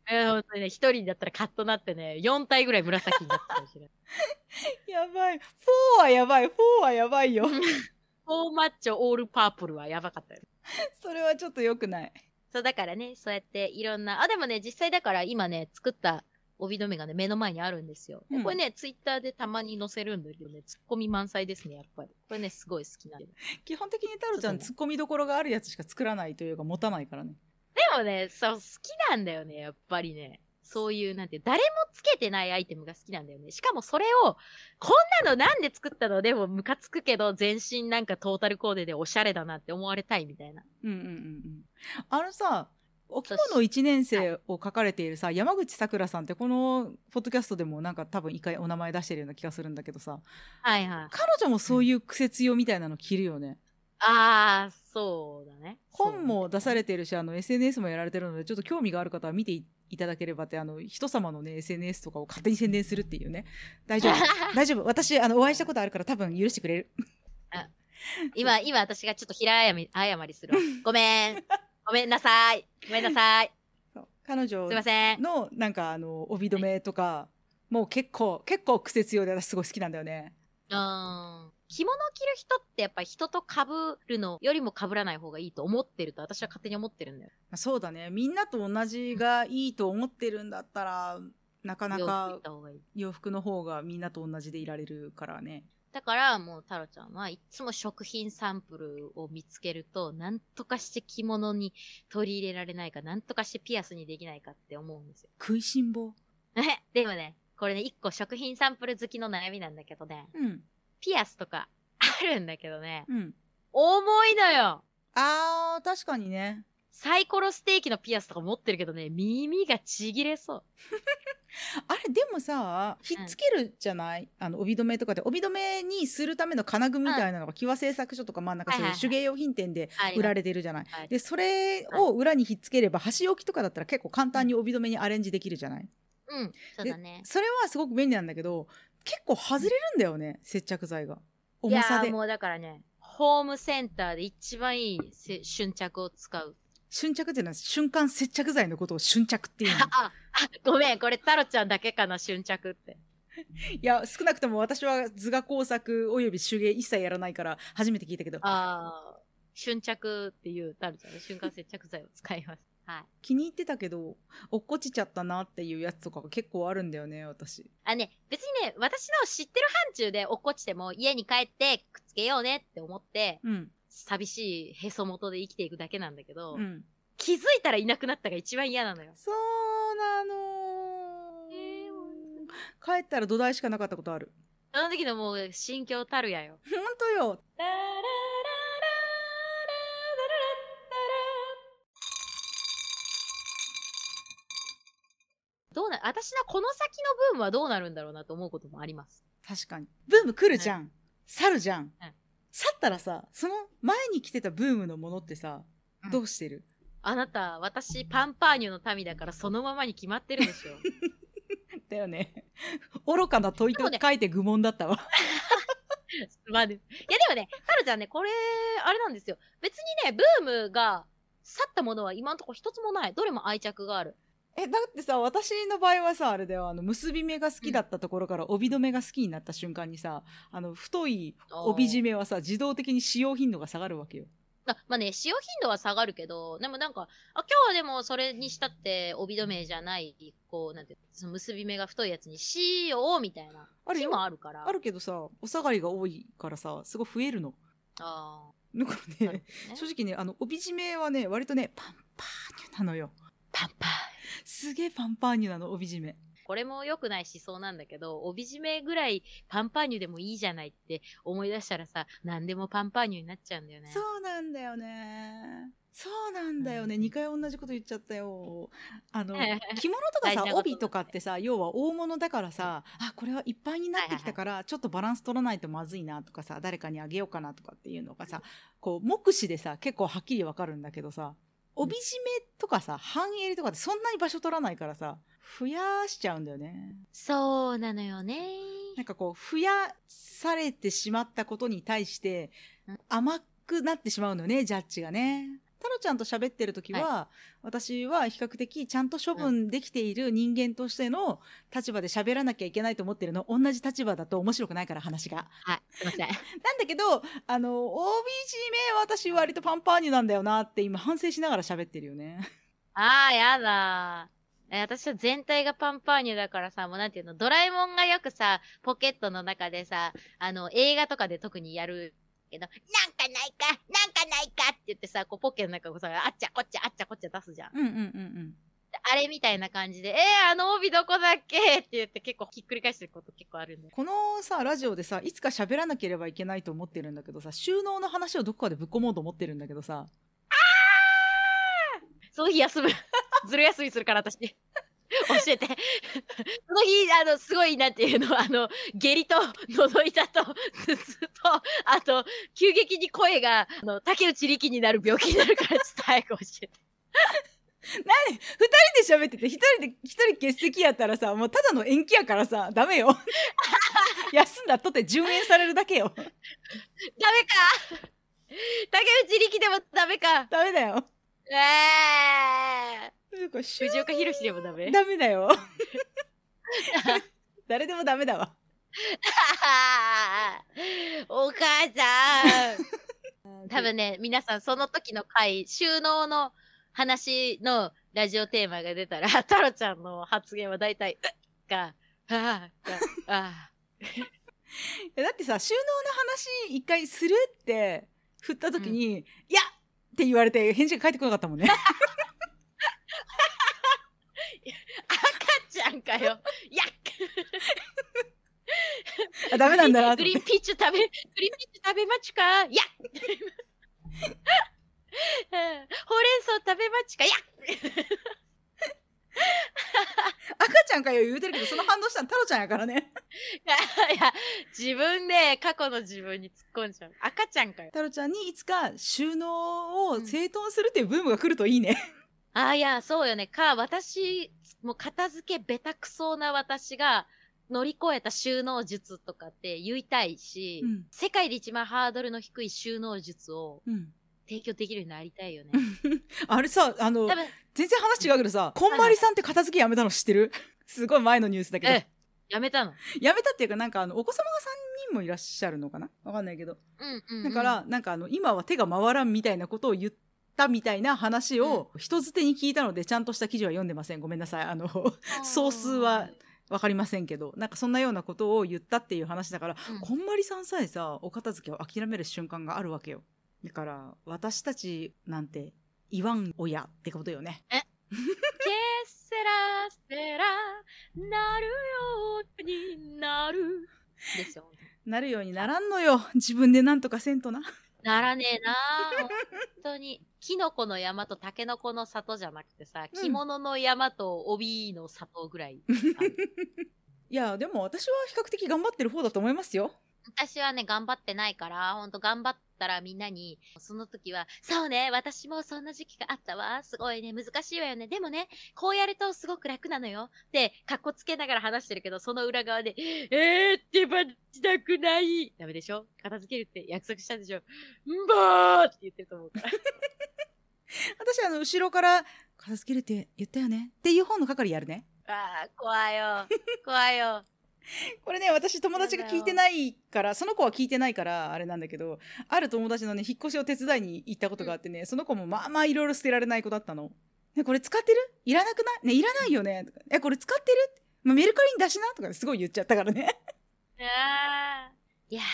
いや、本当にね、一人だったらカッとなってね、4体ぐらい紫になってたかもしれ ない。やばい。4はやばい。4はやばいよ。フォーマッチョオールパープルはやばかったよ。それはちょっと良くない。そう、だからね、そうやっていろんな、あ、でもね、実際だから今ね、作った帯留めがね、目の前にあるんですよ。でうんこれね、ツイッターでたまに載せるんだけどね、ツッコミ満載ですね、やっぱり。これね、すごい好きなんで。基本的に太郎ちゃんツッコミどころがあるやつしか作らないというか持たないからねでもね、そう、好きなんだよね、やっぱりね。そういう、なんていう、誰もつけてないアイテムが好きなんだよね。しかもそれを、こんなのなんで作ったのでもムカつくけど、全身なんかトータルコーデでおしゃれだなって思われたいみたいな。うんうんうんうんあのさお着物1年生を書かれているさ山口さくらさんってこのポッドキャストでもなんか多分一回お名前出してるような気がするんだけどさはいはい。彼女もそういう癖強みたいなの着るよねああ、そうだね。本も出されれてるしあの SNS もやられてるのでちょっと興味がある方は見ていいただければってあの人様のね SNS とかを勝手に宣伝するっていうね大 丈夫大丈夫私あのお会いしたことあるから多分許してくれる今、今私がちょっと平謝り謝りするわ。ごめん。ごめんなさい。ごめんなさい。そう彼女すいませ ん。のなんかあの帯留めとかもう結構結構癖強いで私すごい好きなんだよねうん。着物着る人ってやっぱり人と被るのよりも被らない方がいいと思ってると私は勝手に思ってるんだよ。まあそうだねみんなと同じがいいと思ってるんだったらなかな洋服行かった方がいい。洋服の方がみんなと同じでいられるからねだからもうタロちゃんはいつも食品サンプルを見つけると、なんとかして着物に取り入れられないか、なんとかしてピアスにできないかって思うんですよ。 食いしん坊えでもね、これね、一個食品サンプル好きの悩みなんだけどね、うんピアスとかあるんだけどね、うん重いのよあー確かにねサイコロステーキのピアスとか持ってるけどね、耳がちぎれそう。あれでもさひっつけるじゃない、あの帯留めとかで帯留めにするための金具みたいなのが木和製作所とかまあなんかそういはいうはいはい手芸用品店であり売ますられてるじゃない、はいでそれを裏にひっつければ箸置きとかだったら結構簡単に帯留めにアレンジできるじゃないうん、そうだね。それはすごく便利なんだけど結構外れるんだよね接着剤が重さいやーでもうだからね、ホームセンターで一番いいせ瞬着を使う。瞬着っていうのは瞬間接着剤のことを瞬着っていうの あ、あ、ごめん、これタロちゃんだけかな、瞬着って。いや少なくとも私は図画工作および手芸一切やらないから初めて聞いたけどああ、瞬着っていうタロちゃんの瞬間接着剤を使います。はい。気に入ってたけど落っこちちゃったなっていうやつとかが結構あるんだよね私あね、別にね、私の知ってる範疇で落っこちても家に帰ってくっつけようねって思って、うん寂しいへそ元で生きていくだけなんだけど、うん気づいたらいなくなったが一番嫌なのよ。そうなの帰ったら土台しかなかったことある あの時のもう心境たるやよ。ほんとよどうな、私のこの先のブームはどうなるんだろうなと思うこともあります。確かにブーム来るじゃん、去るじゃん、はい去ったらさその前に来てたブームのものってさ、うんどうしてるあなた、私、パンパーニュの民だからそのままに決まってるでしょ。だよね愚かな問いでともね書いて愚問だったわ、まあね、いやでもね、タルちゃんね、これ、あれなんですよ。別にね、ブームが去ったものは今のところ一つもない。どれも愛着がある。えだってさ私の場合はさあれだよあの結び目が好きだったところから帯留めが好きになった瞬間にさあの太い帯締めはさ自動的に使用頻度が下がるわけよあまあね、使用頻度は下がるけど、でもなんか、あ、今日はでもそれにしたって、帯留めじゃない、こう、なんて、その結び目が太いやつにしよう、みたいな。ある日よもあるから。あるけどさお下がりが多いからさすごい増えるのあだかーらね正直ねあの帯締めはね割とねパンパーニュなのよパンパン。すげえパンパーニュなの帯締めこれも良くない思想なんだけど、帯締めぐらいパンパーニュでもいいじゃないって思い出したらさ、何でもパンパーニュになっちゃうんだよね。そうなんだよね。そうなんだよね。うん2回同じこと言っちゃったよ。あの着物とか大事さなことだね帯とかってさ要は大物だからさあこれはいっぱいになってきたからちょっとバランス取らないとまずいなとかさ誰かにあげようかなとかっていうのがさこう目視でさ結構はっきりわかるんだけどさ帯締めとかさ半襟とかってそんなに場所取らないからさ増やしちゃうんだよね。 そうなのよね。なんかこう、増やされてしまったことに対してうん、甘くなってしまうのよね、ジャッジがね。タロちゃんと喋ってる時は、私は比較的ちゃんと処分できている人間としての立場で喋らなきゃいけないと思ってるの。同じ立場だと面白くないから話が。はい、すいません。なんだけど、あの、OBG 名私割とパンパーニュなんだよなって今反省しながら喋ってるよね。ああ、やだー。ええ私は全体がパンパーニュだからさ、もうなんていうの、ドラえもんがよくさ、ポケットの中でさ、あの、映画とかで特にやるけど、なんかないか、なんかないかって言ってさ、こうポケの中をさ、あっちゃこっちゃあっちゃこっちゃ出すじゃん。うんうんうんあれみたいな感じで、えー、あの帯どこだっけって言って結構ひっくり返してること結構あるんだよ。このさラジオでさいつか喋らなければいけないと思ってるんだけどさ収納の話をどこかでぶっ込もうと思ってるんだけどさその日休む。 ずる休みするから私。 教えて。 その日、あの、すごい、なんていうの、あの、下痢と、喉痛と、頭痛と、あと、急激に声が、あの、竹内力になる病気になるから、ちょっと早く教えて。何二人で喋ってて一人で一人欠席やったらさもうただの延期やからさダメよ 休んだとて順延されるだけよダメか 竹内力でもダメかダメだよえなんか収ー、藤岡弘でもダメダメだよ誰でもダメだわお母さん 多分ね皆さんその時の回収納の話のラジオテーマが出たら 太郎ちゃんの発言は大体「うっ」か「はあ」か 「あえだってさ収納の話一回するって振った時に「いや!」って言われて返事が返ってこなかったもんねあ赤ちゃんかよ」「やっ」あダメなんだなとグ思っリーてンピーチ食べ、グリーンピーチ食べまちかいやうんほうれん草食べまちかいや赤ちゃんかよ言うてるけどその反応したの太郎ちゃんやからねいや、自分で過去の自分に突っ込んじゃう。赤ちゃんかよ。太郎ちゃんにいつか収納を整頓するっていうブームが来るといいねああ、いや、そうよね。か、私、もう片付けベタクソな私が乗り越えた収納術とかって言いたいし、うん世界で一番ハードルの低い収納術をうん提供できるようになりたいよね。あれさあの多分、全然話違うけどさこんまりさんって片付けやめたの知ってる すごい前のニュースだけどえ、やめたの。やめたっていうかなんかあのお子様が3人もいらっしゃるのかなわかんないけどうんうん、うん。だから、、なんかあの今は手が回らんみたいなことを言ったみたいな話を人づてに聞いたのでちゃんとした記事は読んでませんごめんなさいあの 総数はわかりませんけどなんかそんなようなことを言ったっていう話だから、うんこんまりさんさえさお片付けを諦める瞬間があるわけよだから私たちなんて言わん親ってことよねケセラセラなるようになる。ですよ。なるようにならんのよ自分でなんとかせんとなならねえなあ本当に。キノコの山とタケノコの里じゃなくてさ、うん着物の山と帯の里ぐ らい。いやでも私は比較的頑張ってる方だと思いますよ私はね、頑張ってないから、ほんと頑張ったらみんなに、その時は、そうね、私もそんな時期があったわ。すごいね、難しいわよね。でもね、こうやるとすごく楽なのよ。って、かっこつけながら話してるけど、その裏側で、えー、手放したくない。ダメでしょ片付けるって約束したでしょ。んばーって言ってると思うから。私あの後ろから「片付けるって言ったよね」っていう方の係やるねあー、怖いよ。怖いよ。これね私友達が聞いてないからその子は聞いてないからあれなんだけどある友達のね引っ越しを手伝いに行ったことがあってね、その子もまあまあいろいろ捨てられない子だったの。ね、これ使ってるいらなくないねいらないよねとかえこれ使ってる、まあ、メルカリに出しなとかすごい言っちゃったからね。 ああ。いやー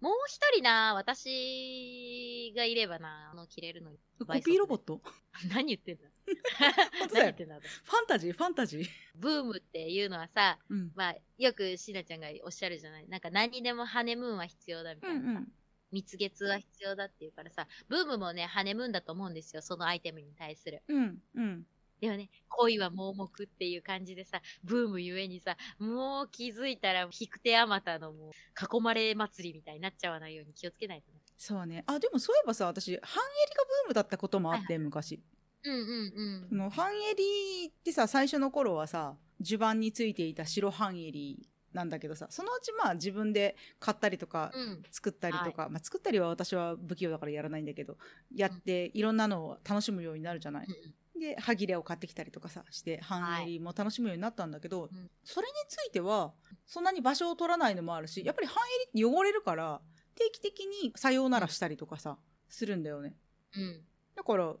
もう一人な、私がいればな、あの、着れるのに。コ倍速ピーロボッ ト何言ってんだ 本当だ何言っよ。てんだ私ファンタジーファンタジー。ブームっていうのはさ、うん。まあ、よくしなちゃんがおっしゃるじゃない。なんか何にでもハネムーンは必要だみたいなさ。蜜月は必要だっていうからさ、ブームもね、ハネムーンだと思うんですよ。そのアイテムに対する。うんうん。でもね、恋は盲目っていう感じでさ、ブームゆえにさ、もう気づいたら、引く手あまたのもう、囲まれ祭りみたいになっちゃわないように気をつけないとね。そうね。あでもそういえばさ私半襟がブームだったこともあって昔。うんうんその半襟ってさ最初の頃はさ襦袢についていた白半襟なんだけどさそのうちまあ自分で買ったりとかうん。うん。作ったりとか、まあ、作ったりは私は不器用だからやらないんだけどやっていろんなのを楽しむようになるじゃない。で歯切れを買ってきたりとかさして半襟も楽しむようになったんだけど、うんそれについてはそんなに場所を取らないのもあるしやっぱり半襟って汚れるから定期的にさようならしたりとかさするんだよね。うん。だから半襟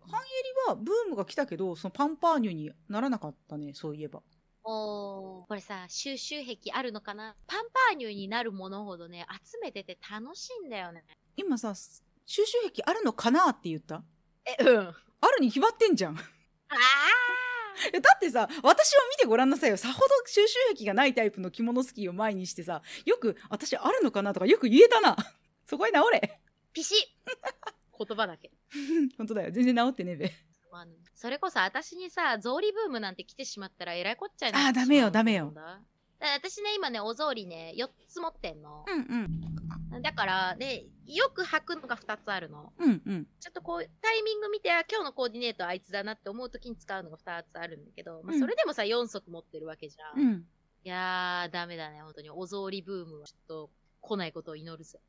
はブームが来たけどそのパンパーニュにならなかったねそういえばおーこれさ、収集癖あるのかなパンパーニュになるものほどね、集めてて楽しいんだよね。今さ収集癖あるのかなって言ったえ、うん。ああるに決まってんじゃんあえだってさ私を見てごらんなさいよさほど収集癖がないタイプの着物スキーを前にしてさよく私あるのかなとかよく言えたな そこへ治れ ピシ ッ言葉だけ。本当だよ全然治ってねえべまああのそれこそ私にさ、草履ブームなんて来てしまったらえらいこっちゃにあなーってダメよしまうとダメよ思うんだだから私ね、今ね、お草履ね、4つ持ってんの。うんうんだから、ね、よく履くのが2つあるの。うんうんちょっとこう、タイミング見て、あ、今日のコーディネートあいつだなって思う時に使うのが2つあるんだけど、まあ、うんそれでもさ、4足持ってるわけじゃん。ういんやー、ダメだね、本当に。お草履ブームは、ちょっと、来ないことを祈るぜ。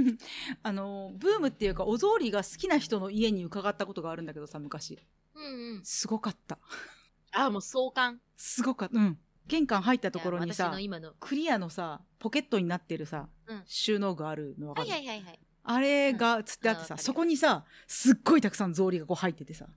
あのブームっていうかお草履が好きな人の家に伺ったことがあるんだけどさ昔うんうん。すごかったあー、もう壮観。すごかったうん玄関入ったところにいやさ私の今の。クリアのさポケットになってるさ、うん収納具あるのわかはる、いはいはいはい。あれがつってあってさ、うんそこにさすっごいたくさん草履がこう入っててさ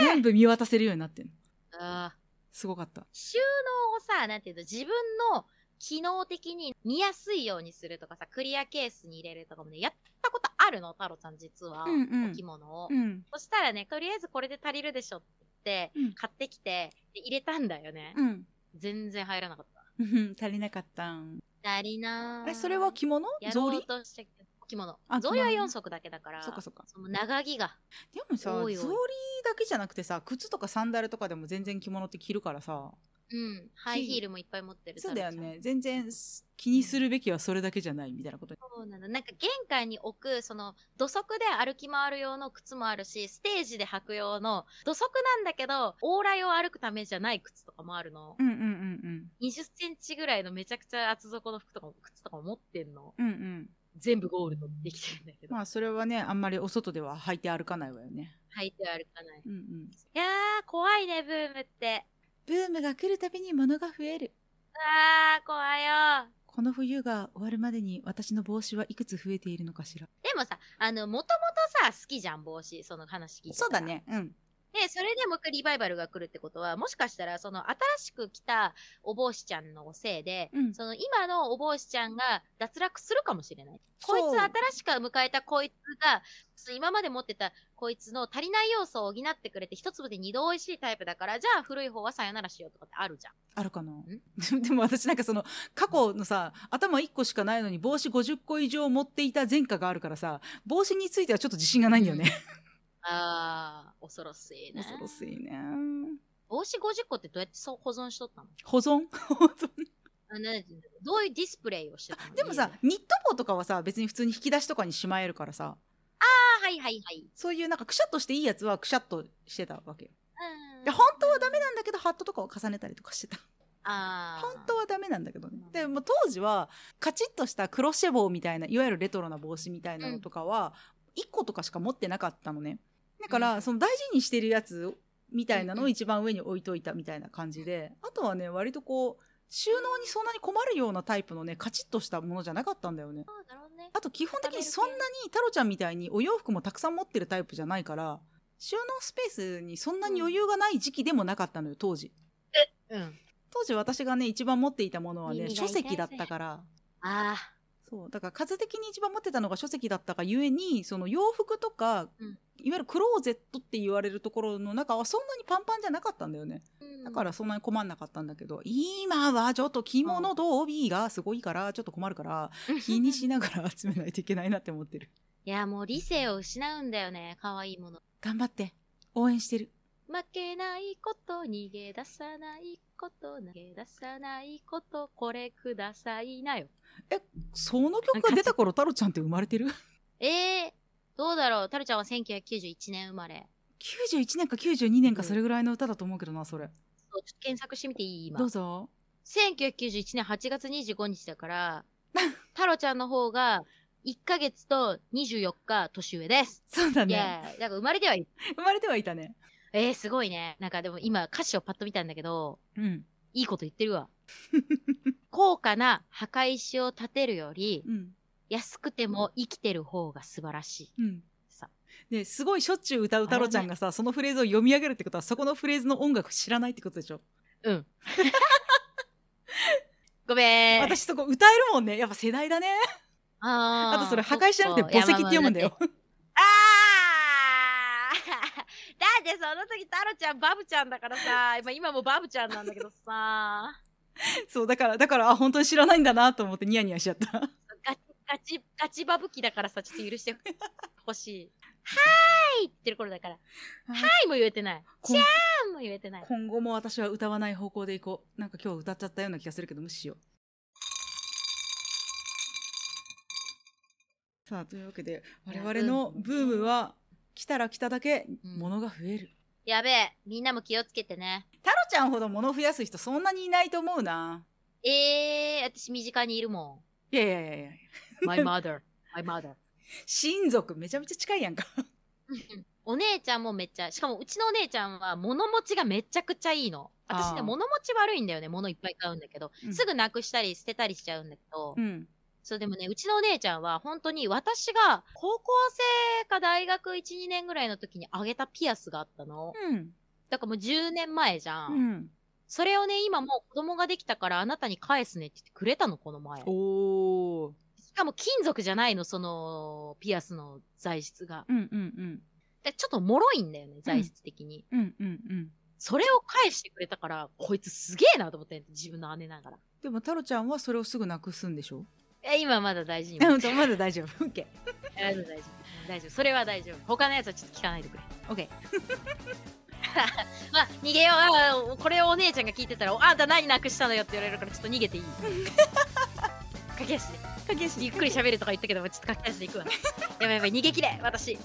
全部見渡せるようになってんのあーすごかった収納をさ、なんていうの、自分の機能的に見やすいようにするとかさ、クリアケースに入れるとかもね、やったことあるの、太郎ちゃん実は。うんうんお着物を。うんそしたらね、とりあえずこれで足りるでしょってうん、買ってきて、で入れたんだよね。うん全然入らなかっうん足りなかったんた。足りなーえそれは着物や草ろ履うとしたけど着物。あ草履は着物4足だけだから、そっかそっかの長着が。でもさ草おいおい履だけじゃなくてさ靴とかサンダルとかでも全然着物って着るからさうん。ハイヒールもいっぱい持ってる。そうだよ太郎ちゃん。ね全然す気にするべきはそれだけじゃないみたいなことそうなの。なんか玄関に置く、その、土足で歩き回る用の靴もあるし、ステージで履く用の、土足なんだけど、往来を歩くためじゃない靴とかもあるの。うんうんうん20センチぐらいのめちゃくちゃ厚底の服とかも、靴とかも持ってんの。うんうんうん全部ゴールドできてるんだけど。まあそれはねあんまりお外では履いて歩かないわよね履いて歩かない。うんうんいやー、怖いね、ブームって。ブームが来るたびに物が増えるあー、怖いよ。この冬が終わるまでに私の帽子はいくつ増えているのかしらでもさ、あの、もともとさ、好きじゃん、帽子。その話聞いてそたらうだ。ねうんで、それでもう一回リバイバルが来るってことは、もしかしたら、その新しく来たお帽子ちゃんのせいで、うんその今のお帽子ちゃんが脱落するかもしれない。こいそうつ、新しく迎えたこいつが、その今まで持ってたこいつの足りない要素を補ってくれて、一粒で二度美味しいタイプだから、じゃあ古い方はさよならしようとかってあるじゃん。あるかな でも私なんかその過去のさ頭1個しかないのに帽子50個以上持っていた前科があるからさ帽子についてはちょっと自信がないんだよね、あー、恐ろしいね。恐ろしいね帽子50個ってどうやってそう保存しとったの保存保存あなんていうんだろうどういうディスプレイをしてたのでもさ家ニット帽とかはさ別に普通に引き出しとかにしまえるからさあはいはいはい。そういうなんかくしゃっとしていいやつはくしゃっとしてたわけようんで本当はダメなんだけどハットとかを重ねたりとかしてたあー本当はダメなんだけどねでも当時はカチッとしたクロシェ帽みたいないわゆるレトロな帽子みたいなのとかは1個とかしか持ってなかったのねだかうらんその大事にしてるやつみたいなのうんをうん一番上に置いといたみたいな感じであとはね割とこう収納にそんなに困るようなタイプのねカチッとしたものじゃなかったんだよねそうだろうね。あと基本的にそんなに太郎ちゃんみたいにお洋服もたくさん持ってるタイプじゃないから収納スペースにそんなに余裕がない時期でもなかったのよ当時うん。当時私がね一番持っていたものはね耳が書痛い籍だったからああ。そうだから数的に一番持ってたのが書籍だったがゆえにその洋服とか、うん、いわゆるクローゼットって言われるところの中はそんなにパンパンじゃなかったんだよねだかららそんなに困んなかったんだけど今はちょっと着物と帯がすごいからちょっと困るから気にしながら集めないといけないなって思ってる いや、もう理性を失うんだよね。可愛いもの。 頑張って応援してる負けないこと、逃げ出さないこと、投げ出さないこと、これくださいなよ。その曲が出た頃太郎ちゃんって生まれてる ええどうだろう。たるちゃんは1991年生まれ。 91年か92年かうんそれぐらいの歌だと思うけどなそれそうちょっと検索してみていい今どう。ぞ1991年8月25日 だから、タロちゃんの方が1ヶ月と24日年上です。そうだいねや、だから生まれてはいる。 生まれてはいたねえー、すごいね。なんかでも今歌詞をパッと見たんだけど、うんいいこと言って るわ。高価な墓石を建てるよりう、ん安くても生きてる方が素晴らしい。うんさ、ですごいしょっちゅう歌う太郎ちゃんがさそのフレーズを読み上げるってことはそこのフレーズの音楽知らないってことでしょうん。 ごめん。私そこ歌えるもんねやっぱ世代だねああーとそれ破壊しなくてそ墓っか石って読むんだよ。あー だってその時タロちゃんバブちゃんだからさ今今もバブちゃんなんだけどさ そうだからだからあ本当に知らないんだなと思ってニヤニヤしちゃ ったガチガチガチバブキだからさちょっと許してほしい。はーいって言ってる頃だから。はあーーいも言えてない。こんパンも言えてない。今後も私は歌わない方向でいこうなんか今日歌っちゃったような気がするけど無視しようさあというわけで我々のブームは来たら来ただけ物が増える、やべえ。みんなも気をつけてね。タロちゃんほど物増やす人そんなにいないと思うなえー、私身近にいるもいやいやいやいやん。my mother, my mother. 親族めちゃめちゃ近いやんかお姉ちゃんもめっちゃ、しかもうちのお姉ちゃんは物持ちがめちゃくちゃいいの。私ね、あー物持ち悪いんだよね。物いっぱい買うんだけど、うんすぐなくしたり捨てたりしちゃうんだけど、うんそうでもね、うちのお姉ちゃんは本当に私が高校生か大学1、2年ぐらいの時にあげたピアスがあったの。うんだからもう10年前じゃん。うんそれをね、今もう子供ができたからあなたに返すねって言ってくれたの、この前。おおしかも金属じゃないの、その、ピアスの材質が。うんうんうんでちょっと脆いんだよね、材質的に。うんうんうんそれを返してくれたから、こいつすげえなと思って、自分の姉ながら。でもタロちゃんはそれをすぐなくすんでしょえ、今まだ大事に。うまんだとまだ大丈夫 OK 大丈夫。大丈夫。それは大丈夫。他のやつはちょっと聞かないでくれ。 OK まあ、逃げようあー。これをお姉ちゃんが聞いてたら、あんた何なくしたのよって言われるから、ちょっと逃げていい。駆け足で。駆け足ゆっくり喋るとか言ったけど、ちょっと駆け足で行くわ。 やばいやばい、逃げ切れ、私。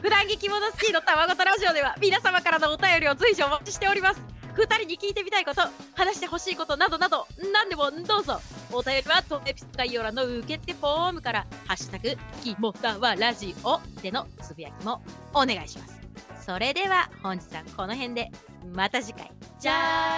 普段着着物スキーのたわごとラジオでは、皆様からのお便りを随時お待ちしております。二人に聞いてみたいこと、話してほしいことなどなど、何でもどうぞ。お便りは、トエピソード概要欄の受付フォームから、ハッシュタグ、きもたわラジオでのつぶやきもお願いします。それでは、本日はこの辺で、また次回。じゃあ